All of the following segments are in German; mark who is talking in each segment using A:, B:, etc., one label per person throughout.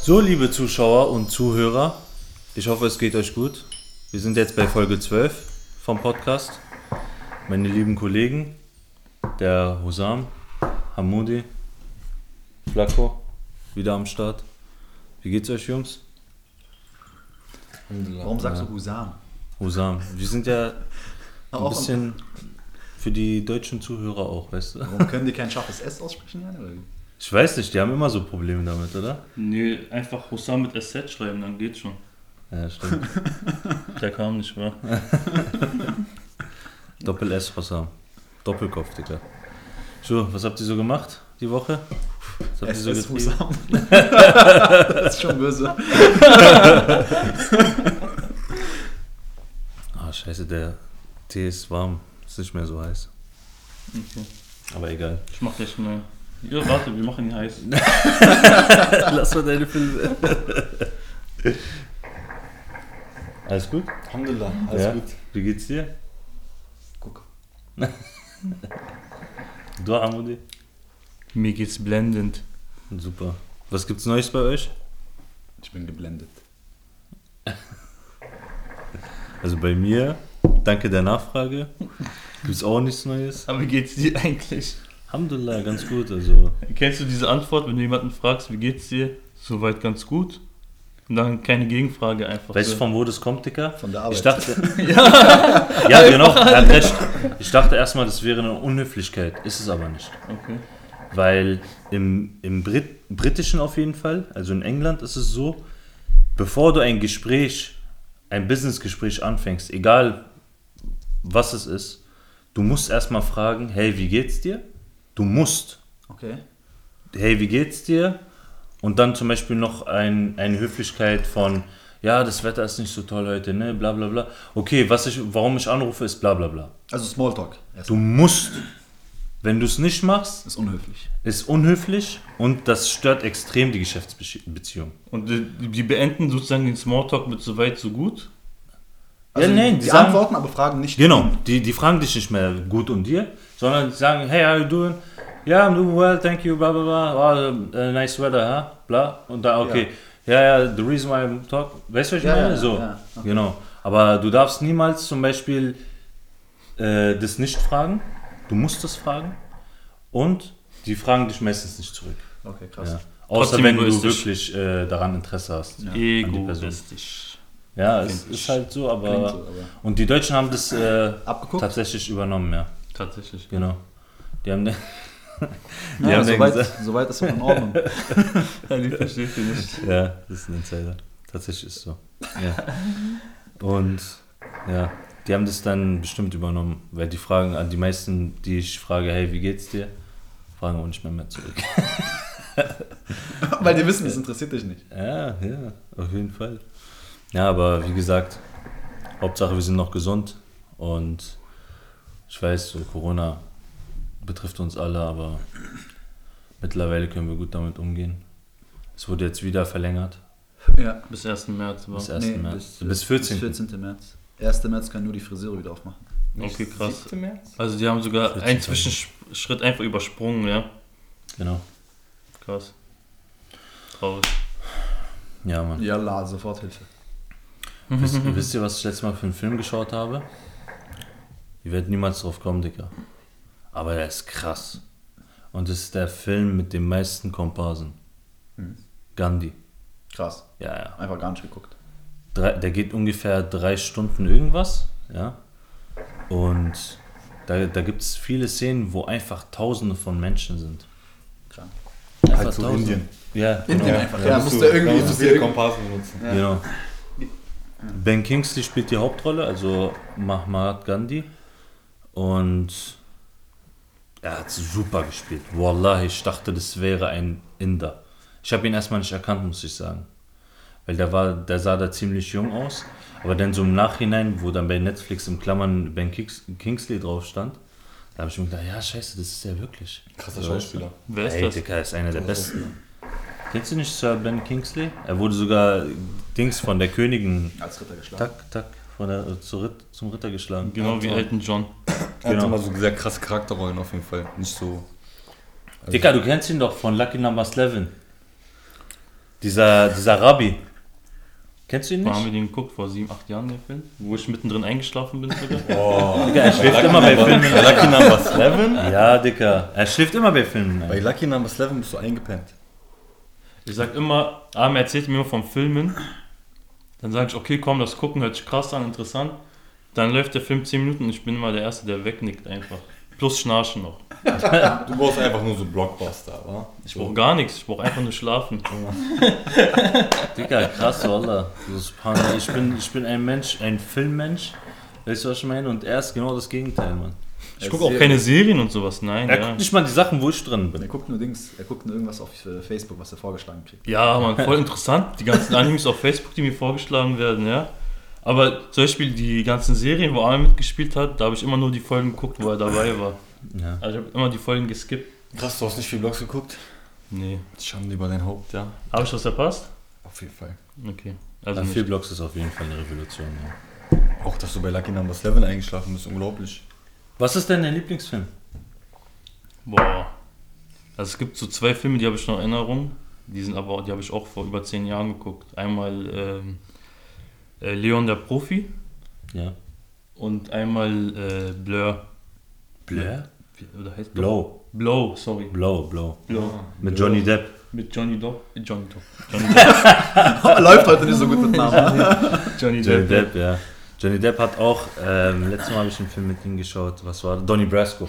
A: So, liebe Zuschauer und Zuhörer, ich hoffe, es geht euch gut. Wir sind jetzt bei Folge 12 vom Podcast. Meine lieben Kollegen, der Husam, Hamoudi, Flacco, wieder am Start. Wie geht's euch, Jungs?
B: Warum sagst du Husam?
A: Husam, wir sind ja ein
B: Auch-
A: bisschen für die deutschen Zuhörer auch, weißt du?
B: Warum können die kein scharfes S aussprechen? Jan, oder wie?
A: Ich weiß nicht, die haben immer so Probleme damit, oder?
C: Nee, einfach Hussam mit SZ schreiben, dann geht's schon.
A: Ja, stimmt.
C: Der kam nicht mehr.
A: Doppel S Hossam. Doppelkopf, Digga. So, was habt ihr so gemacht die Woche? Was habt ihr so
B: SS
A: getrieben?
B: Husam. das ist schon böse.
A: Ah, scheiße, der Tee ist warm. Ist nicht mehr so heiß.
C: Okay.
A: Aber egal.
C: Ich mach gleich neu. Ja, warte, wir machen ihn heiß.
A: Lass mal deine Filme. Alles gut?
D: Alhamdulillah, alles
A: Ja.
D: gut.
A: Wie geht's dir?
B: Guck.
A: Du, Amudi?
C: Mir geht's blendend.
A: Super. Was gibt's Neues bei euch?
B: Ich bin geblendet.
A: Also bei mir, danke der Nachfrage. Gibt's auch nichts Neues?
C: Aber wie geht's dir eigentlich?
A: Alhamdulillah, ganz gut. Also,
C: Kennst du diese Antwort, wenn du jemanden fragst, wie geht's dir? Soweit ganz gut. Und dann keine Gegenfrage einfach.
A: weißt du,
C: so.
A: von wo das kommt, Dicker?
B: Von der Arbeit.
A: Ich dachte. ja, genau, er hat recht. Ich dachte erstmal, das wäre eine Unhöflichkeit. Ist es aber nicht.
C: Okay.
A: Weil im, im Brit Britischen auf jeden Fall, also in England, ist es so, bevor du ein Gespräch, ein Businessgespräch anfängst, egal was es ist, du musst erstmal fragen: Hey, wie geht's dir? Du musst
B: okay.
A: hey, wie geht's dir? Und dann zum Beispiel noch ein, eine Höflichkeit von, ja, das Wetter ist nicht so toll heute, ne, bla bla bla. Okay, was ich, warum ich anrufe, ist bla bla bla.
B: Also Smalltalk. Das
A: Du musst, wenn du es nicht machst,
B: ist unhöflich.
A: ist unhöflich und das stört extrem die Geschäftsbeziehung.
C: Und die, die beenden sozusagen den Smalltalk mit soweit so gut.
A: ja, nein,
B: Also die antworten, aber fragen nicht.
A: Genau, die, die fragen dich nicht mehr gut und dir, sondern die sagen, hey, how you doing? Ja, I'm doing well, thank you, bla bla bla, oh, äh, nice weather, huh? bla. Und da, okay, ja, ja, the reason why I'm talking, weißt du, was ich
B: Ja,
A: meine?
B: ja,
A: so,
B: ja, okay.
A: genau. Aber du darfst niemals zum Beispiel äh, das nicht fragen, du musst das fragen und die fragen dich meistens nicht zurück.
B: Okay, krass.
A: Ja. Außer
C: Trotzdem
A: wenn du
C: egoistisch.
A: wirklich äh, daran Interesse hast. Ja,
C: Egoistisch.
A: es
C: Klingt-
A: ist halt so, aber...
B: Klingt so, aber-
A: Und die Deutschen haben das äh,
B: Abgeguckt?
A: tatsächlich übernommen, ja.
C: Tatsächlich.
A: Genau. Die haben, die
B: Ja,
A: haben dann
B: soweit,
A: gesagt,
B: soweit ist es in Ordnung.
C: Ja, die versteht ihr nicht.
A: ja, das ist ein Insider. Tatsächlich ist so. Ja. Und ja, die haben das dann bestimmt übernommen, weil die Fragen, an die meisten, die ich frage, hey, wie geht's dir, fragen auch nicht mehr mehr zurück.
B: Weil die wissen, das interessiert dich nicht.
A: Ja, ja, auf jeden Fall. Ja, aber wie gesagt, Hauptsache wir sind noch gesund und ich weiß, so Corona betrifft uns alle, aber mittlerweile können wir gut damit umgehen. Es wurde jetzt wieder verlängert
B: Ja.
C: Bis 1. März. War.
A: bis 1. März. Bis, 14.
B: Bis 14. März. 1. März können nur die Friseure wieder aufmachen.
C: Okay, krass.
D: 7. März?
C: Also die haben sogar
A: 14
C: einen
A: Tage.
C: Zwischenschritt einfach übersprungen, ja.
A: Genau.
C: Krass. Traurig.
A: Ja, Mann.
B: Ja, la, Soforthilfe.
A: Wisst, wisst ihr, was ich letztes Mal für einen Film geschaut habe? Ihr werdet niemals drauf kommen, Digga. Aber der ist krass. Und es ist der Film mit den meisten Komparsen. Gandhi.
B: Krass.
A: Ja, ja.
B: Einfach gar nicht geguckt.
A: drei, der geht ungefähr drei Stunden irgendwas, ja. Und da, da gibt es viele Szenen, wo einfach Tausende von Menschen sind.
B: Krank.
A: Einfach
D: Halt so Indien.
A: Ja, genau.
B: Also Indien einfach.
D: Da
B: Ja, musst du irgendwie.
D: da
B: musst
D: musst
B: du
D: du die
B: irgendwie-
D: Komparsen benutzen.
A: genau. Ben Kingsley spielt die Hauptrolle, also Mahmoud Gandhi. Und er hat super gespielt. Wallahi, ich dachte, das wäre ein Inder. Ich habe ihn erstmal nicht erkannt, muss ich sagen. Weil der, war, der sah da ziemlich jung aus. Aber dann so im Nachhinein, wo dann bei Netflix im Klammern Ben Kings- Kingsley drauf stand, da habe ich mir gedacht, ja, scheiße, das ist der wirklich.
D: Krasser
A: Also,
D: Schauspieler.
C: Wer ist
A: Ey,
C: das?
A: Dicker ist einer der besten. Kennst du nicht Sir Ben Kingsley? Er wurde sogar Dings von der Königin.
B: Als Ritter geschlagen.
A: Tack, tack, von der, äh, zu Ritt, zum Ritter geschlagen.
C: Genau wie Elton John.
D: Er
A: Genau.
D: hat immer so sehr krasse Charakterrollen auf jeden Fall. Nicht so.
A: Dicker, du kennst ihn doch von Lucky Number 11. Dieser, dieser Rabbi. Kennst du ihn
C: Wo haben wir
A: nicht?
C: den geguckt? Vor sieben, acht Jahren, der Film? Wo ich mittendrin eingeschlafen bin sogar.
A: Digga, er schläft immer bei Filmen.
D: Bei Lucky Number 11?
A: Ja, Dicker. Er schläft immer bei Filmen.
D: Bei
A: ein.
D: Lucky Number 11 bist du eingepennt.
C: Ich sag immer, Arm erzählt mir immer vom Filmen. Dann sag ich, okay, komm, das gucken hört sich krass an, interessant. Dann läuft der Film 10 Minuten und ich bin immer der Erste, der wegnickt einfach. Plus Schnarchen noch.
D: Du brauchst einfach nur so Blockbuster, wa?
C: Ich brauch gar nichts, ich brauch einfach nur schlafen.
A: Digga, krass, Wallah. Das ist Pan- Ich bin, ich bin ein Mensch, ein Filmmensch. Weißt du, was ich meine? Und er ist genau das Gegenteil, Mann.
C: Ich gucke auch keine Serien und sowas, nein.
A: Er
C: Ja,
A: guckt nicht mal die Sachen, wo ich drin
B: Er
A: bin.
B: guckt nur Dings, er guckt nur irgendwas auf äh, Facebook, was er vorgeschlagen kriegt.
C: ja man, voll interessant. Die ganzen Animes auf Facebook, die mir vorgeschlagen werden, ja. Aber zum Beispiel die ganzen Serien, wo Armin mitgespielt hat, da habe ich immer nur die Folgen geguckt, wo er dabei war.
A: Ja.
C: Also ich habe immer die Folgen geskippt.
D: Krass, du hast nicht viel Blogs geguckt?
C: Nee.
D: Schande über dein Haupt, ja.
C: Habe ich was verpasst?
D: Auf jeden Fall.
C: Okay. Also
A: Ja,
C: nicht.
A: vier Blocks ist auf jeden Fall eine Revolution. Ja.
D: Auch, dass du bei Lucky Number 11 eingeschlafen bist, unglaublich.
A: Was ist denn dein Lieblingsfilm?
C: Boah. Also es gibt so zwei Filme, die habe ich noch in Erinnerung. Die sind aber, die habe ich auch vor über zehn Jahren geguckt. Einmal ähm, äh, Leon der Profi
A: Ja.
C: und einmal äh, Blur.
A: Blair?
C: Wie- Oder heißt
A: Blow.
C: Blow, sorry. Ah,
A: Blow, Blow.
C: Blow.
A: Mit Johnny Depp.
C: Mit Johnny Depp. äh, Johnny Depp.
B: Läuft heute nicht so gut mit Namen.
C: Johnny
A: Johnny
C: Depp.
A: Depp, ja. Johnny Depp hat auch, ähm, letztes Mal habe ich einen Film mit ihm geschaut, was war das? Donnie Brasco.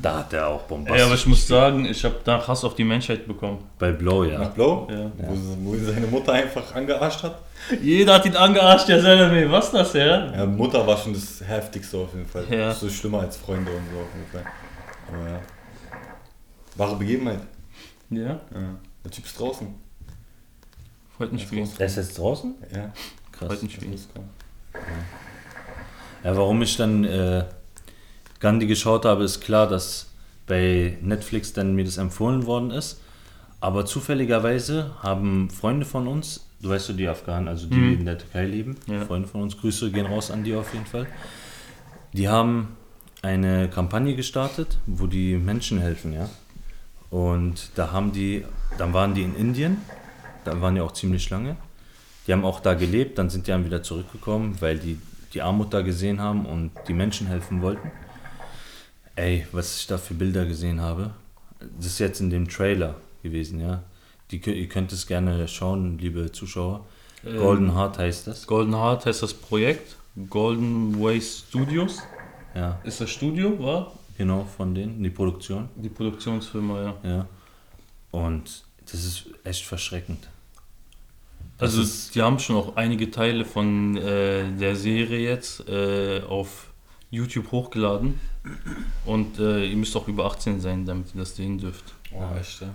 A: Da hat er auch
C: Ey, Mhm. aber
A: bombastisch.
C: ich muss sagen, ich habe da Hass auf die Menschheit bekommen.
A: bei Blow,
D: Nach
A: ja.
D: Blau?
C: Ja.
D: Wo, sie- wo sie seine Mutter einfach angearscht hat?
C: Jeder hat ihn angearscht, der selber will. Was das, ja?
D: Ja, Mutter war schon das Heftigste auf jeden Fall.
C: Ja.
D: Das ist schlimmer als Freunde und so auf jeden Fall. Aber ja. Wahre Begebenheit.
C: Ja,
D: Ja. Der Typ ist draußen.
C: freut mich für ihn.
A: Er ist jetzt draußen?
D: Ja.
A: Krass.
C: Freut mich für ihn.
A: Ja, warum ich dann äh, Gandhi geschaut habe, ist klar, dass bei Netflix dann mir das empfohlen worden ist. Aber zufälligerweise haben Freunde von uns, du weißt du, die Afghanen, also die, die in der Türkei leben,
C: Ja.
A: Freunde von uns, Grüße gehen raus an die auf jeden Fall. Die haben eine Kampagne gestartet, wo die Menschen helfen, ja. Und da haben die, dann waren die in Indien, da waren die auch ziemlich lange. Die haben auch da gelebt, dann sind die dann wieder zurückgekommen, weil die die Armut da gesehen haben und die Menschen helfen wollten. Ey, was ich da für Bilder gesehen habe. Das ist jetzt in dem Trailer gewesen, ja. Die, kö- ihr könnt es gerne schauen, liebe Zuschauer.
C: Ähm,
A: Golden Heart heißt das.
C: Golden Heart heißt das Projekt. Golden Way Studios
A: Ja,
C: ist das Studio, war?
A: genau, von denen, die Produktion.
C: Die Produktionsfirma, ja.
A: Ja. Und das ist echt verschreckend. Das
C: Also
A: ist-
C: die haben schon auch einige Teile von äh, der Serie jetzt äh, auf YouTube hochgeladen. Und äh, ihr müsst auch über 18 sein, damit ihr das sehen dürft.
D: Oh, echt, ja.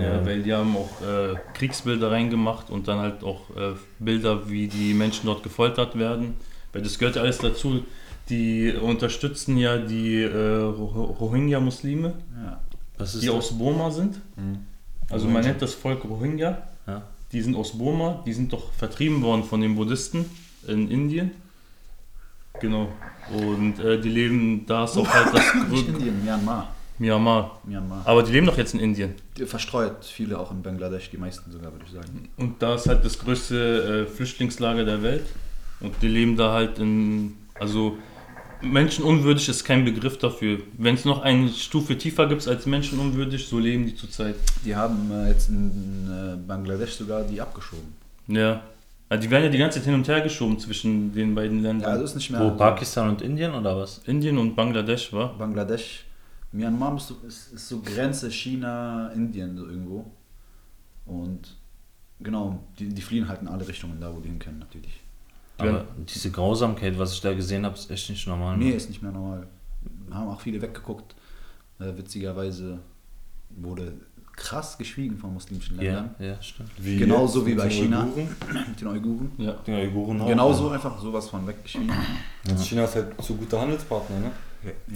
A: Ja.
C: Äh, weil die haben auch äh, Kriegsbilder reingemacht und dann halt auch äh, Bilder, wie die Menschen dort gefoltert werden. Weil das gehört ja alles dazu. Die unterstützen ja die äh, Roh- Rohingya-Muslime,
B: Ja.
A: Was ist
C: die
A: das?
C: aus Burma sind.
D: Mhm.
C: Also man nennt das Volk Rohingya.
A: Ja.
C: Die sind aus Burma, die sind doch vertrieben worden von den Buddhisten in Indien. Genau. Und äh, die leben, da ist auch halt das
B: Nicht
C: Grö-
B: Indien, Myanmar.
C: Myanmar.
B: Myanmar.
C: Aber die leben doch jetzt in Indien.
B: Die verstreut viele auch in Bangladesch, die meisten sogar, würde ich sagen.
C: Und da ist halt das größte äh, Flüchtlingslager der Welt. Und die leben da halt in. Also, menschenunwürdig ist kein Begriff dafür. Wenn es noch eine Stufe tiefer gibt als menschenunwürdig, so leben die zurzeit.
B: Die haben äh, jetzt in äh, Bangladesch sogar die abgeschoben.
C: Ja. Also die werden ja die ganze Zeit hin und her geschoben zwischen den beiden
B: Ja, also
C: Ländern.
B: ist nicht mehr.
A: Wo,
B: also
A: Pakistan und Indien oder was?
C: Indien und Bangladesch, war?
B: Bangladesch, Myanmar musst du- ist, ist so Grenze China, Indien so irgendwo. Und genau, die, die fliehen halt in alle Richtungen da, wo die hinkönnen, natürlich.
A: Aber diese Grausamkeit, was ich da gesehen habe, ist echt nicht normal. ne?
B: Nee,
A: Mann.
B: ist nicht mehr normal. Haben auch viele weggeguckt. Äh, witzigerweise wurde krass geschwiegen von muslimischen
A: Ja,
B: Ländern.
A: ja, stimmt.
D: Wie
B: Genauso
D: jetzt
B: wie
D: mit
B: bei
D: den
B: China.
D: Uiguren.
B: Mit den Uiguren.
C: Ja.
A: Die Uiguren auch.
B: Genauso einfach sowas von weggeschwiegen.
D: Jetzt China ist halt so guter Handelspartner, ne?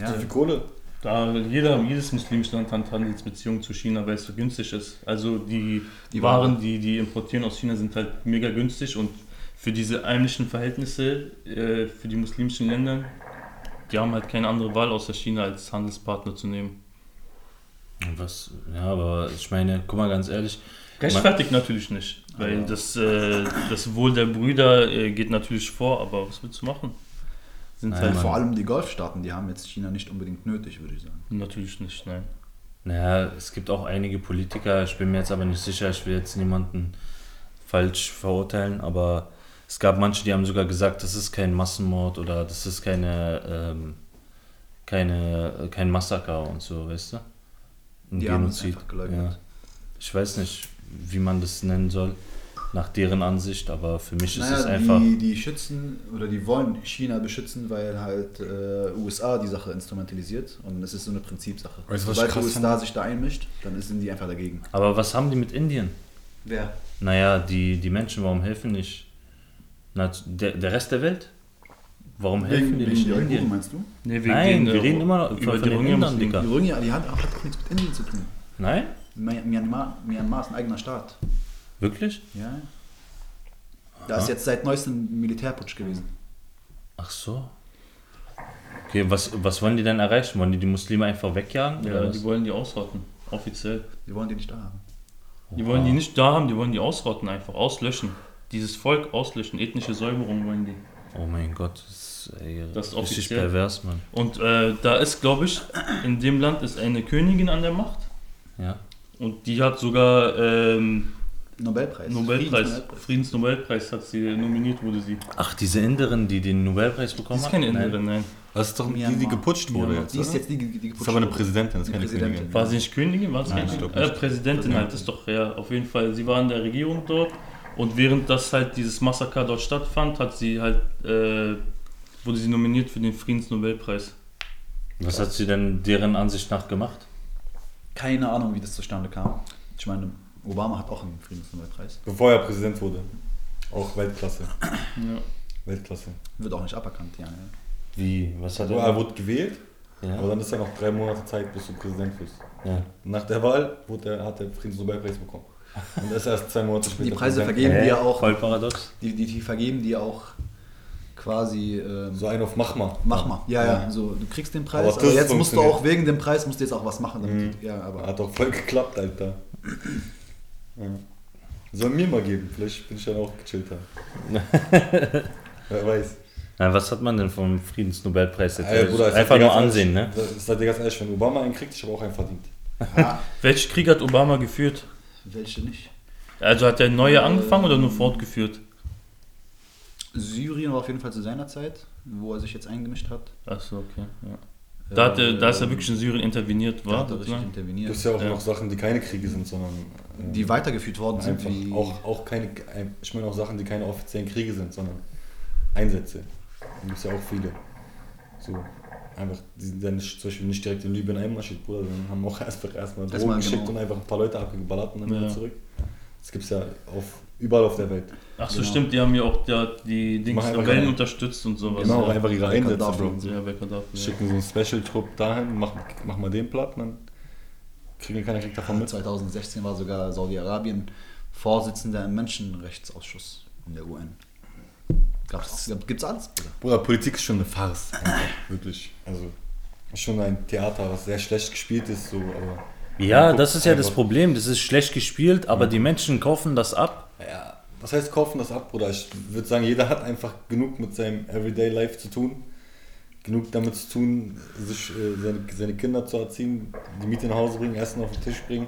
B: Ja,
D: So viel Kohle.
C: Da jeder, jedes muslimische Land hat Handelsbeziehungen zu China, weil es so günstig ist. Also die,
B: Die
C: Waren,
B: Waren.
C: die die importieren aus China, sind halt mega günstig und für diese heimlichen Verhältnisse, äh, für die muslimischen Länder, die haben halt keine andere Wahl außer China als Handelspartner zu nehmen.
A: Was, ja, aber ich meine, guck mal ganz ehrlich,
C: Rechtfertigt natürlich nicht, weil
B: Aber-
C: das, äh, das Wohl der Brüder äh, geht natürlich vor, aber was willst du machen? Sind
A: Nein,
C: halt
A: Mann.
B: Vor allem die Golfstaaten, die haben jetzt China nicht unbedingt nötig, würde ich sagen.
C: natürlich nicht, nein.
A: Naja, es gibt auch einige Politiker, ich bin mir jetzt aber nicht sicher, ich will jetzt niemanden falsch verurteilen, aber es gab manche, die haben sogar gesagt, das ist kein Massenmord oder das ist keine, ähm, keine, kein Massaker und so, weißt du? Ein
B: Die haben es
A: Genozid.
B: einfach geleugnet.
A: Ja. Ich weiß nicht, wie man das nennen soll, nach deren Ansicht, aber für mich ist es
B: Naja,
A: einfach.
B: die, die schützen oder die wollen China beschützen, weil halt äh, USA die Sache instrumentalisiert und es ist so eine Prinzipsache.
D: Weißt du, was ich
B: Sobald
D: krass
B: USA
D: finde?
B: sich da einmischt, dann sind die einfach dagegen.
A: Aber was haben die mit Indien?
B: Wer?
A: Naja, die, die Menschen, warum helfen nicht? Na, der, der Rest der Welt? Warum helfen
B: Wegen,
A: die
B: wegen
A: nicht
B: die Uiguren,
A: Indien?
B: meinst du?
C: Nee,
A: Nein,
C: den,
A: wir
C: äh,
A: reden immer noch
C: über
A: von
C: die
A: den
C: Rohingya
A: Indern,
C: müssen-
A: Digga. Ja.
B: Die Rohingya, die hat, hat doch nichts mit Indien zu tun.
A: Nein?
B: Mi- Myanmar, Myanmar ist ein eigener Staat.
A: Wirklich?
B: Ja. Da
A: Aha.
B: ist jetzt seit neuestem ein Militärputsch gewesen.
A: Ach so. Okay, was, was wollen die denn erreichen? Wollen die die Muslime einfach wegjagen?
C: Ja,
A: oder
C: die
A: was?
C: wollen die ausrotten, offiziell.
B: Die wollen die nicht da haben.
C: Die wollen die
A: Oha.
C: nicht da haben, die wollen die ausrotten einfach, auslöschen. Dieses Volk auslöschen, ethnische Säuberung wollen die.
A: Oh mein Gott, das ist, ey,
C: Das ist
A: richtig
C: offiziell.
A: pervers, Mann.
C: Und äh, da ist, glaube ich, in dem Land ist eine Königin an der Macht
A: Ja.
C: und die hat sogar ähm,
B: Nobelpreis.
C: Nobelpreis,
B: Friedensnobelpreis.
C: Friedensnobelpreis hat sie nominiert, wurde sie.
A: Ach, diese Inderin, die den Nobelpreis
C: Das
A: bekommen
C: ist
A: hat?
C: keine
A: Nein.
C: Inderin, nein.
D: Das ist doch die, die
B: Myanmar.
D: geputscht wurde jetzt.
B: Die ist
D: oder?
B: jetzt die, die, die
D: das ist aber eine Präsidentin, das ist
B: Die
D: keine
B: Präsidentin.
D: Königin.
C: War sie nicht Königin? War es
D: Nein,
C: keine
D: ich glaub
C: äh,
D: nicht.
C: Präsidentin halt, ist doch, ja, auf jeden Fall. Sie war in der Regierung dort und während das halt dieses Massaker dort stattfand, hat sie halt, äh, wurde sie nominiert für den Friedensnobelpreis.
A: Was hat sie denn deren Ansicht nach gemacht?
B: Keine Ahnung, wie das zustande kam. Ich meine, Obama hat auch einen Friedensnobelpreis.
D: Bevor er Präsident wurde. Auch Weltklasse.
C: Ja.
D: Weltklasse.
B: Wird auch nicht aberkannt, ja. ja.
A: Wie? Was hat
D: Also, er wurde gewählt, aber
A: Ja.
D: dann ist er noch drei Monate Zeit, bis du Präsident wirst.
A: ja.
D: Nach der Wahl wurde er, hat er den Friedensnobelpreis bekommen. Und er ist erst zwei Monate später.
B: Die Preise
D: Präsident.
B: vergeben die ja
A: Hä?
B: auch.
A: Voll paradox.
B: Die, die, die vergeben die auch quasi. Ähm,
D: So einen auf Mach mal.
B: Mach mal. Ja, ja. So, du kriegst den
D: Aber
B: Preis,
D: das
B: aber, jetzt musst du
D: funktioniert.
B: auch wegen dem Preis musst du jetzt auch was machen. Damit
D: Mhm.
B: du, ja, aber
D: Hat doch voll geklappt, Alter. Ja. Soll mir mal geben, vielleicht bin ich dann auch gechillter. Wer weiß.
A: Na, was hat man denn vom Friedensnobelpreis jetzt?
D: Ey, Bruder, ich sag
A: Einfach
D: dir
A: nur
D: ganz
A: ansehen,
D: ehrlich,
A: ne?
D: Das ist halt ganz ehrlich, wenn Obama einen kriegt, ich habe auch einen verdient.
C: Welchen Krieg hat Obama geführt?
B: welche nicht?
C: Also hat er neue
B: Äh,
C: angefangen oder nur fortgeführt?
B: Syrien war auf jeden Fall zu seiner Zeit, wo er sich jetzt eingemischt hat.
C: Achso, okay. Ja. Da, hat er, da ist er wirklich in Syrien interveniert,
B: da
C: war?
B: hat er richtig
C: sozusagen?
D: Gibt
B: interveniert.
D: es ja auch
C: Ja.
D: noch Sachen, die keine Kriege sind, sondern. ähm,
B: Die weitergeführt worden sind,
D: einfach
B: wie
D: auch, auch keine. Ich meine auch Sachen, die keine offiziellen Kriege sind, sondern Einsätze. Da gibt es ja auch viele. So. Einfach, die sind dann nicht, zum Beispiel nicht direkt in Libyen einmarschiert, Bruder, sondern haben auch einfach erstmal
B: Das
D: Drogen
B: mal
D: geschickt
B: genau.
D: und einfach ein paar Leute abgeballert und dann
C: Ja.
D: wieder zurück. Das gibt es ja auf, überall auf der Welt.
C: Achso,
B: Genau.
C: stimmt, die haben ja auch ja, die Dings
D: Machen einfach
C: Rebellen
D: keine-
C: unterstützt und sowas.
D: genau,
C: ja.
D: einfach ihre
B: Kaddafi
D: Einsätze, Bro.
B: und
C: Ja, wer kann dafür? Ja.
D: Schicken so einen Special-Trupp dahin, mach, mach mal den platt, und dann kriegen keiner kriegt davon mit.
B: 2016 war sogar Saudi-Arabien Vorsitzender im Menschenrechtsausschuss in der UN. Gab's, gibt's alles? Bruder.
D: Bruder, Politik ist schon eine Farce. einfach, Wirklich. Also, ist schon ein Theater, was sehr schlecht gespielt ist, so, aber.
A: Ja,
D: Man
A: das
D: guckt
A: ist ja das
D: einfach.
A: Problem. Das ist schlecht gespielt, aber die Menschen kaufen das ab.
D: Ja, was heißt kaufen das ab, Bruder? Ich würde sagen, jeder hat einfach genug mit seinem Everyday Life zu tun. Genug damit zu tun, sich äh, seine, seine Kinder zu erziehen, die Miete nach Hause bringen, Essen auf den Tisch bringen,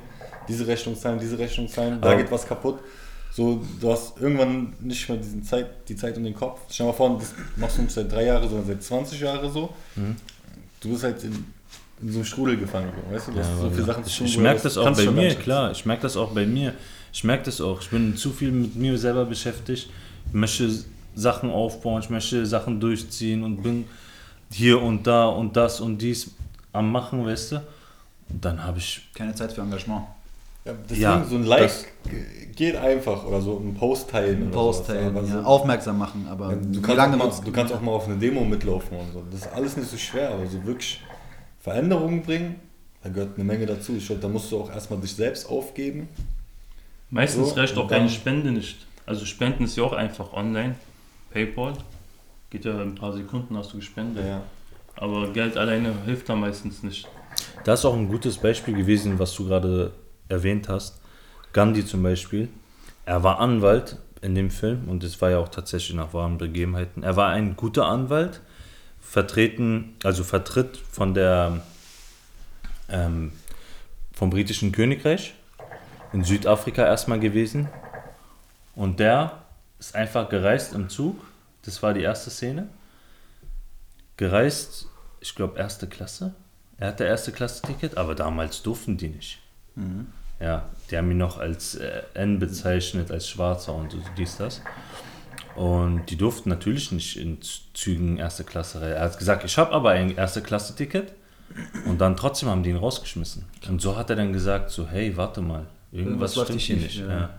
D: diese Rechnung zahlen, diese Rechnung zahlen, da
A: Aber-
D: geht was kaputt. So, du hast irgendwann nicht mehr diesen Zeit, die Zeit um den Kopf. Stell dir mal vor, das machst du nicht seit drei Jahren, sondern seit 20 Jahren so.
A: Mhm.
D: Du bist halt in, in so einem Strudel gefangen, so, weißt du? Du hast so viele Sachen
A: ich
D: tun,
A: ich
D: Bruder,
A: merke das auch
D: kannst
A: bei
D: du schon gar
A: mir,
D: nicht.
A: klar. Ich merke das auch bei mir. Ich merke das auch. Ich bin zu viel mit mir selber beschäftigt. Ich möchte Sachen aufbauen, ich möchte Sachen durchziehen und bin hier und da und das und dies am Machen, weißt du? Und dann habe ich.
B: Keine Zeit für Engagement.
D: Ja, deswegen
A: Ja,
D: so ein Like
A: das-
D: ge- geht einfach oder so ein Post teilen. oder
B: Post
D: sowas,
B: teilen,
D: aber
B: ja.
D: so-
B: aufmerksam machen, aber
D: Ja, du,
B: wie
D: kannst
B: lange
D: auch mal,
B: wird's-
D: du kannst auch mal auf eine Demo mitlaufen und so. Das ist alles nicht so schwer, aber so wirklich Veränderungen bringen, da gehört eine Menge dazu. Ich glaube, da musst du auch erstmal dich selbst aufgeben.
C: Meistens
D: So,
C: reicht
D: und
C: auch
D: dann-
C: keine Spende nicht. Also Spenden ist ja auch einfach online. PayPal geht ja in ein paar Sekunden, hast du gespendet. Aber Geld alleine hilft da meistens nicht.
A: Das ist auch ein gutes Beispiel gewesen, was du gerade erwähnt hast. Gandhi zum Beispiel, er war Anwalt in dem Film und es war ja auch tatsächlich nach wahren Begebenheiten. Er war ein guter Anwalt, vertreten, also vertritt von der ähm, vom britischen Königreich in Südafrika erstmal gewesen und der ist einfach gereist im Zug. Das war die erste Szene. Gereist, ich glaube, erste Klasse. Er hatte erste Klasse-Ticket, aber damals durften die nicht. Ja, die haben ihn noch als äh, N bezeichnet, als Schwarzer und so, dies, das. Und die durften natürlich nicht in Z- Zügen erste Klasse rein. Er hat gesagt, ich habe aber ein erste Klasse-Ticket. Und dann trotzdem haben die ihn rausgeschmissen. Und so hat er dann gesagt, so, hey, warte mal, irgendwas
B: Irgendwas läuft
A: stimmt
B: nicht
A: hier
B: schief,
A: nicht.
B: ja.
A: Ja.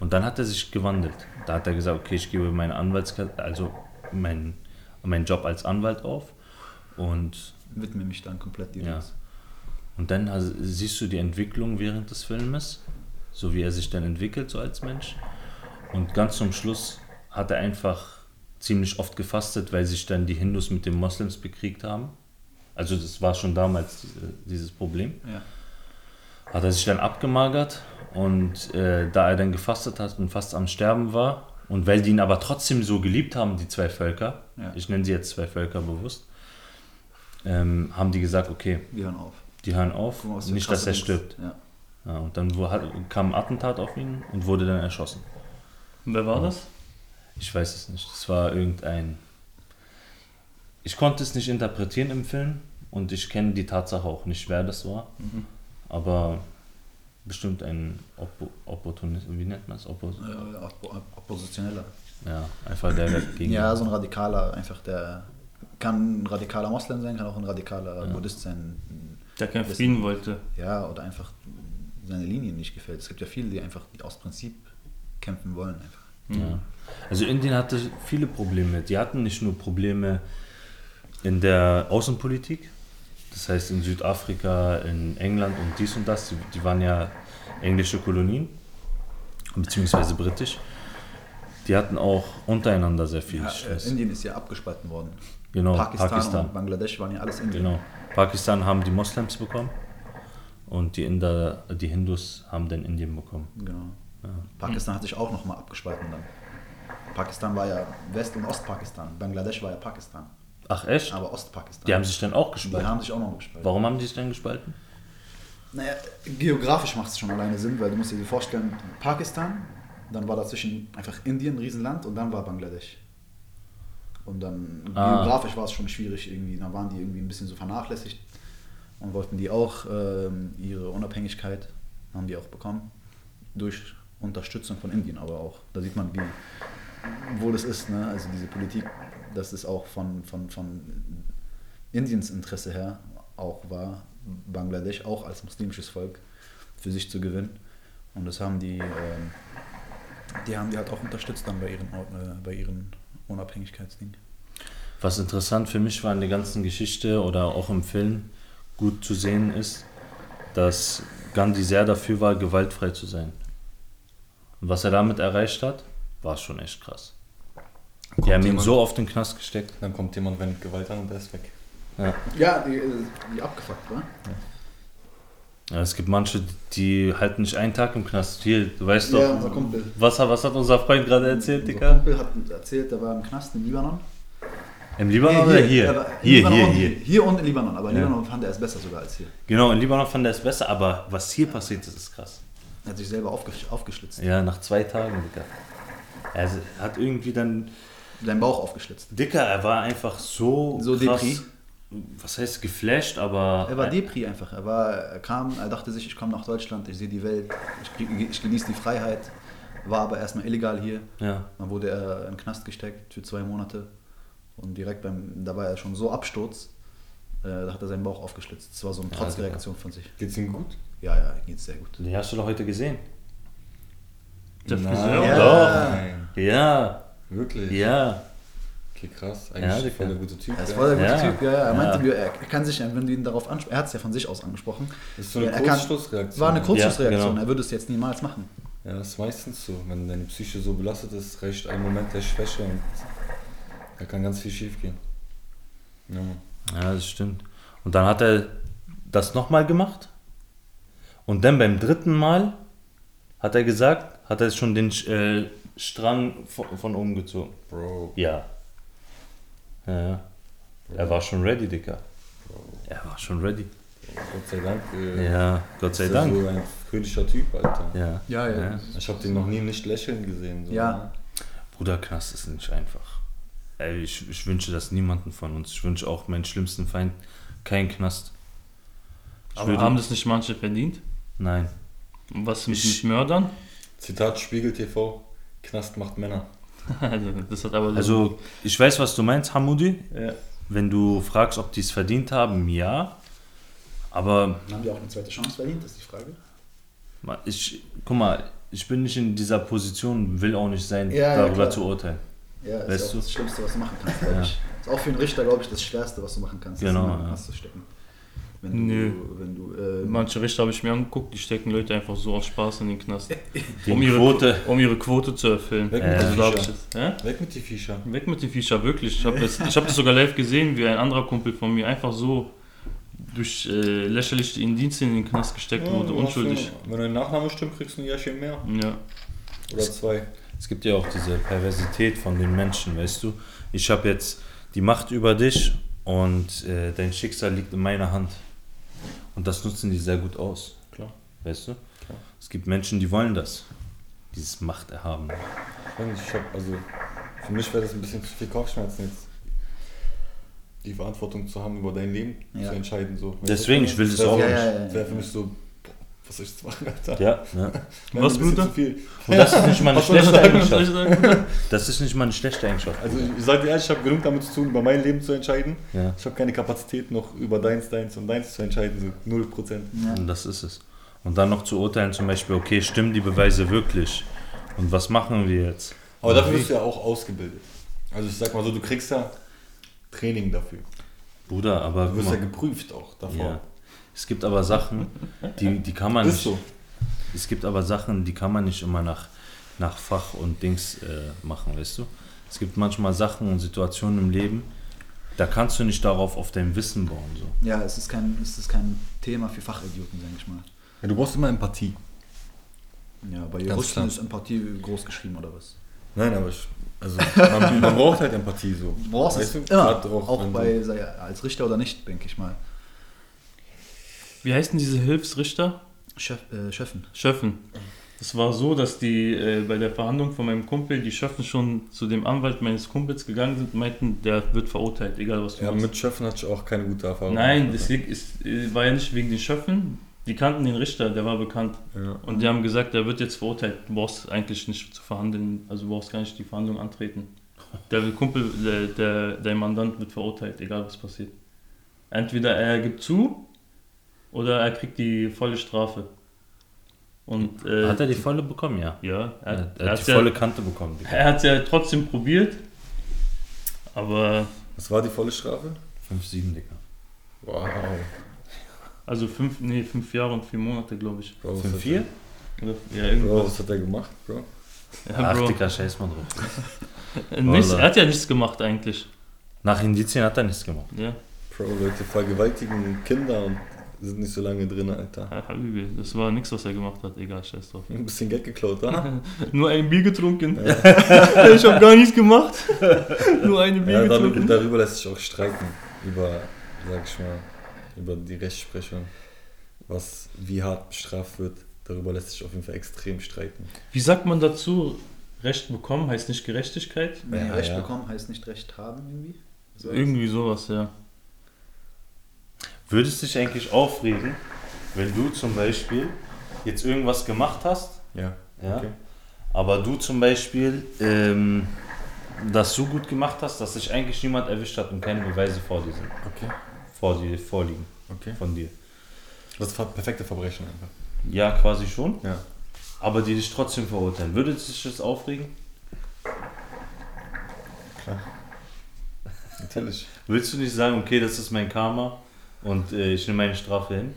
A: Und dann hat er sich gewandelt. Da hat er gesagt, okay, ich gebe meinen Anwaltskarte, also meinen meinen Job als Anwalt auf. Und,
B: Widme mich dann komplett dir.
A: Ja. und dann has- siehst du die Entwicklung während des Filmes, so wie er sich dann entwickelt, so als Mensch. Und ganz zum Schluss hat er einfach ziemlich oft gefastet, weil sich dann die Hindus mit den Moslems bekriegt haben. Also das war schon damals diese- dieses Problem.
B: Ja.
A: hat er sich dann abgemagert und äh, da er dann gefastet hat und fast am Sterben war und weil die ihn aber trotzdem so geliebt haben, die zwei Völker,
B: Ja.
A: ich nenne sie jetzt zwei Völker bewusst, ähm, haben die gesagt, okay,
B: Wir hören auf.
A: die hören auf,
B: Guck mal, was für
A: nicht,
B: krasse
A: dass er
B: Dings.
A: stirbt.
B: Ja.
A: Ja, und dann wo, hat, kam ein Attentat auf ihn und wurde dann erschossen.
C: Wer war das?
A: Ich weiß es nicht, es war irgendein... Ich konnte es nicht interpretieren im Film und ich kenne die Tatsache auch nicht, wer das war. aber bestimmt ein Oppo Opportunist, wie nennt man es? Oppo
B: Äh, Oppo- Opp- Oppositioneller.
A: ja, einfach der der gegen.
B: Ja, so ein radikaler, einfach der kann ein radikaler Moslem sein, kann auch ein radikaler Buddhist sein.
C: Der keinen
B: Wissen.
C: Frieden wollte.
B: Ja, oder einfach seine Linie nicht gefällt. Es gibt ja viele, die einfach aus Prinzip kämpfen wollen. Einfach.
A: Ja. Also Indien hatte viele Probleme. Die hatten nicht nur Probleme in der Außenpolitik, das heißt in Südafrika, in England und dies und das. Die, die waren ja englische Kolonien, beziehungsweise britisch. Die hatten auch untereinander sehr viel
B: Ja,
A: Stress.
B: äh, Indien ist ja abgespalten worden.
A: genau,
B: Pakistan,
A: Pakistan.
B: und Bangladesch waren ja alles Indien.
A: Genau. Pakistan haben die Moslems bekommen und die Inder, die Hindus haben dann Indien bekommen.
B: Genau. Pakistan hat sich auch nochmal abgespalten dann. Pakistan war ja West- und Ostpakistan. Bangladesch war ja Pakistan.
A: Ach echt?
B: Aber Ostpakistan.
A: die haben sich dann auch
B: die
A: gespalten.
B: haben sich auch noch gespalten.
A: Warum haben die sich dann gespalten?
B: Naja, geografisch macht es schon alleine Sinn, weil du musst dir vorstellen, Pakistan, dann war dazwischen einfach Indien, ein Riesenland und dann war Bangladesch. Und dann
A: Ah.
B: geografisch war es schon schwierig irgendwie, dann waren die irgendwie ein bisschen so vernachlässigt und wollten die auch ähm, ihre Unabhängigkeit, haben die auch bekommen, durch Unterstützung von Indien aber auch. Da sieht man, wie, wo das ist, ne? also diese Politik, dass es auch von, von, von Indiens Interesse her auch war, Bangladesch auch als muslimisches Volk für sich zu gewinnen. Und das haben die, ähm, die haben die halt auch unterstützt dann bei ihren, Au- äh, bei ihren Unabhängigkeitsding.
A: Was interessant für mich war in der ganzen Geschichte oder auch im Film gut zu sehen ist, dass Gandhi sehr dafür war, gewaltfrei zu sein. Und was er damit erreicht hat, war schon echt krass. Die haben ihn
D: jemand-
A: so auf den Knast gesteckt.
D: Dann kommt jemand, wendet Gewalt an und der ist weg.
B: Ja, die, äh, die abgefuckt, oder?
A: Ja, es gibt manche, die halten nicht einen Tag im Knast. Hier, du weißt doch,
B: Ja, unser Kumpel.
A: Was, hat- was hat unser Freund gerade erzählt,
B: Unser
A: Digga?
B: Kumpel hat uns erzählt, der war im Knast in Libanon.
A: Im Libanon oder
B: Er
A: hier?
B: war-
A: Hier,
B: Libanon
A: hier,
B: und,
A: hier.
B: Hier und in Libanon, aber in
A: Ja.
B: Libanon fand er es besser sogar als hier.
A: Genau, in Libanon fand er es besser, aber was hier passiert ist, ist krass.
B: Er hat sich selber aufgesch aufgeschlitzt.
A: Ja, nach zwei Tagen, Digga. Er hat irgendwie dann.
B: Seinen Bauch aufgeschlitzt.
A: Dicker, er war einfach so.
B: So
A: krass,
B: Depri?
A: Was heißt geflasht, aber.
B: Er war Depri einfach. Er, war, er kam, er dachte sich, ich komme nach Deutschland, ich sehe die Welt, ich, krieg- ich genieße die Freiheit. War aber erstmal illegal hier.
A: Ja,
B: Dann wurde er in den Knast gesteckt für zwei Monate. Und direkt beim, da war er schon so Absturz, äh, da hat er seinen Bauch aufgeschlitzt. Das war so eine
A: Ja,
B: Trotzreaktion von sich.
D: Geht's ihm gut?
B: Ja, ja, geht's sehr gut.
A: den hast du doch heute gesehen.
C: Der
D: Nein.
C: Friseur.
B: Ja.
D: Nein.
A: Ja,
D: Wirklich?
A: ja.
D: Okay, krass.
A: Ja,
D: Eigentlich
A: Dicker.
D: voll der gute Typ.
B: Er ist
D: ja.
B: voll der gute
A: Ja.
B: Typ, ja, ja. Er
A: Ja.
B: meinte mir, er kann sich, wenn du ihn darauf ansprichst, er hat es ja von sich aus angesprochen.
D: Das ist so eine
B: Er kann-
D: Kurzschlussreaktion.
B: War eine
A: Ja,
B: Kurzschlussreaktion,
A: genau.
B: er würde es jetzt niemals machen.
D: Ja, das ist meistens so. Wenn deine Psyche so belastet ist, reicht ein Moment der Schwäche und da kann ganz viel schief gehen. Ja, Mann.
A: Ja, das stimmt. Und dann hat er das nochmal gemacht. Und dann beim dritten Mal Hat er gesagt, hat er schon den äh, Strang von, von oben gezogen?
D: Bro.
A: Ja. ja. ja. Er war schon ready, Dicker. Er war schon ready.
D: Gott sei Dank. Äh,
A: Ja, Gott sei
D: ist er
A: Dank.
D: So ein fröhlicher Typ, Alter.
A: Ja.
B: Ja, ja.
D: Ich habe den noch nie nicht lächeln gesehen. So, ne?
B: Ja.
A: Bruder, Knast ist nicht einfach. Ey, ich, ich wünsche das niemandem von uns. Ich wünsche auch meinen schlimmsten Feind keinen Knast. Ich
C: Aber
A: würde-
C: haben das nicht manche verdient?
A: Nein.
C: Und was mit,
A: Ich-
C: mit Mördern?
D: Zitat Spiegel TV. Knast macht Männer.
C: Also, das hat aber so-
A: Also, ich weiß, was du meinst, Hamudi.
C: Ja.
A: Wenn du fragst, ob die es verdient haben, ja. Aber
B: Dann haben die auch eine zweite Chance verdient, das ist die Frage.
A: ma- ich, guck mal, ich bin nicht in dieser Position, will auch nicht sein,
B: Ja, ja,
A: darüber
B: klar.
A: zu urteilen.
B: Ja, ist
A: Weißt
B: auch
A: du?
B: das Schlimmste, was du machen kannst, glaube
A: Ja.
B: ich. Ist auch für einen Richter, glaube ich, das Schwerste, was du machen kannst,
A: Genau,
B: das in den
A: ja.
B: Knast zu stecken. Wenn du,
C: Nö.
B: wenn du, äh,
C: Manche Richter habe ich mir angeguckt, die stecken Leute einfach so aus Spaß in den Knast.
A: Die
C: um, ihre,
A: Quote.
C: um ihre Quote zu erfüllen.
D: Weg
A: mit
C: Also,
D: den
C: da hab ich
D: Viecher.
C: jetzt, hä?
D: Weg mit die Viecher.
C: Weg mit den Viecher, wirklich. Ich habe das, ich hab das sogar live gesehen, wie ein anderer Kumpel von mir einfach so durch äh, lächerliche Indienste in den Knast gesteckt wurde,
D: Ja,
C: unschuldig.
D: Wenn dein Nachname stimmt, kriegst du ein Jährchen mehr.
C: Ja.
D: Oder zwei.
A: Es gibt ja auch diese Perversität von den Menschen, weißt du? Ich habe jetzt die Macht über dich und äh, dein Schicksal liegt in meiner Hand. Und das nutzen die sehr gut aus.
D: Klar.
A: Weißt du?
D: Klar.
A: Es gibt Menschen, die wollen das. Dieses Machterhaben.
D: Ich weiß nicht, ich hab, also für mich wäre das ein bisschen zu viel Kopfschmerzen jetzt. Die Verantwortung zu haben, über dein Leben
B: Ja.
D: zu entscheiden. So. Weißt du,
A: Deswegen,
D: was
A: ich will das
D: wär
A: auch
D: für
A: nicht.
D: mich-
B: Ja, ja, ja, ja.
D: Wäre für mich so, boah, was soll ich jetzt machen, Alter?
A: Ja. Ne?
D: Wär
C: Was,
D: ein bisschen
C: Bruder?
D: zu viel.
A: Und das ist nicht meine
D: Was soll ich
A: schlechte
D: sagen?
C: Was soll ich
A: Eigenschaft.
C: sagen?
A: Das ist nicht meine schlechte Eigenschaft.
D: Also ich, ich sag dir ehrlich, ich habe genug damit zu tun, über mein Leben zu entscheiden.
A: Ja.
D: Ich habe keine Kapazität noch über deins, deins und deins zu entscheiden. So 0%.
A: Und das ist es. Und dann noch zu urteilen, zum Beispiel, okay, stimmen die Beweise wirklich? Und was machen wir jetzt?
D: Aber dafür bist du ja auch ausgebildet. Also ich sag mal so, du kriegst ja Training dafür.
A: Bruder, aber
D: Du
A: guck
D: wirst ja
A: mal,
D: geprüft auch davor.
A: ja. Es gibt aber Sachen, die, die kann man
D: Ist
A: nicht.
D: so.
A: Es gibt aber Sachen, die kann man nicht immer nach, nach Fach und Dings äh, machen, weißt du? Es gibt manchmal Sachen und Situationen im Leben, da kannst du nicht darauf auf dein Wissen bauen. So.
B: ja, es ist, kein, es ist kein Thema für Fachidioten, sage ich mal.
D: Ja, du brauchst immer Empathie.
B: Ja, bei
D: Ganz
B: Juristen
D: klar.
B: ist Empathie groß geschrieben oder was?
D: Nein, aber ich, also man, man braucht halt Empathie so.
B: Du brauchst
D: Weißt
B: es
D: du?
B: immer,
D: Gerade
B: auch,
D: wenn
B: bei, sei, als Richter oder nicht, denke ich mal.
C: Wie heißen diese Hilfsrichter?
B: Chef, äh, Chefen.
C: Schöffen. Es war so, dass die äh, bei der Verhandlung von meinem Kumpel, die Schöffen schon zu dem Anwalt meines Kumpels gegangen sind, meinten, der wird verurteilt, egal was
D: so-
C: du
D: ja,
C: machst.
D: mit Schöffen hatte ich auch keine gute Erfahrung.
C: Nein, das liegt, ist, äh, war ja nicht wegen den Schöffen. Die kannten den Richter, der war bekannt.
D: Ja.
C: Und
A: Mhm.
C: die haben gesagt, der wird jetzt verurteilt. Du brauchst eigentlich nicht zu verhandeln, also du brauchst gar nicht die Verhandlung antreten. Der Kumpel, der, der, der Mandant wird verurteilt, egal was passiert. Entweder er gibt zu oder er kriegt die volle Strafe. Und äh,
A: Hat er die volle bekommen, ja.
C: ja,
A: Er,
C: er, er,
A: hat- er hat
C: hat's
A: die
C: ja,
A: volle Kante bekommen. Digga.
C: er hat es ja trotzdem probiert, aber
D: Was war die volle Strafe?
A: 5-7, Digga.
D: Wow.
C: also fünf, nee, fünf Jahre und vier Monate, glaube ich.
D: Bro, was hat
A: 5-4?
C: Oder, ja,
D: der- Bro,
C: irgendwas.
D: was hat er gemacht, Bro?
C: Ja,
A: Ach,
C: Bro. Äh,
A: Digga, scheiß mal drauf.
C: Nichts,
A: Wallah.
C: er hat ja nichts gemacht eigentlich.
A: Nach Indizien hat er nichts gemacht.
C: Ja,
D: Bro, Leute vergewaltigen Kinder und sind nicht so lange drin,
A: Ah.
D: Alter.
C: Herr Habibi, das war nichts, was er gemacht hat. Egal, scheiß drauf.
D: Ein bisschen Geld geklaut, oder?
C: Nur ein Bier getrunken. ich habe gar nichts gemacht. Nur eine Bier
D: ja, darüber,
C: getrunken.
D: darüber lässt sich auch streiten. Über, sag ich mal, über die Rechtsprechung. Was, wie hart bestraft wird, darüber lässt sich auf jeden Fall extrem streiten.
C: Wie sagt man dazu? Recht bekommen heißt nicht Gerechtigkeit?
B: Nee,
D: Ja,
B: Recht
D: ja.
B: bekommen heißt nicht Recht haben irgendwie. So.
C: Irgendwie sowas, ja.
A: Würdest dich eigentlich aufregen, wenn du zum Beispiel jetzt irgendwas gemacht hast,
D: Ja.
A: ja,
D: Okay.
A: aber du zum Beispiel ähm, das so gut gemacht hast, dass dich eigentlich niemand erwischt hat und keine Beweise vor dir sind.
D: Okay.
A: vor dir vorliegen
D: Okay.
A: von dir.
D: Das ver- perfekte Verbrechen einfach.
A: Ja, quasi schon,
D: Ja.
A: aber die dich trotzdem verurteilen. Würde dich das aufregen?
D: Natürlich.
A: Willst du nicht sagen, okay, das ist mein Karma und äh, ich nehme meine Strafe hin?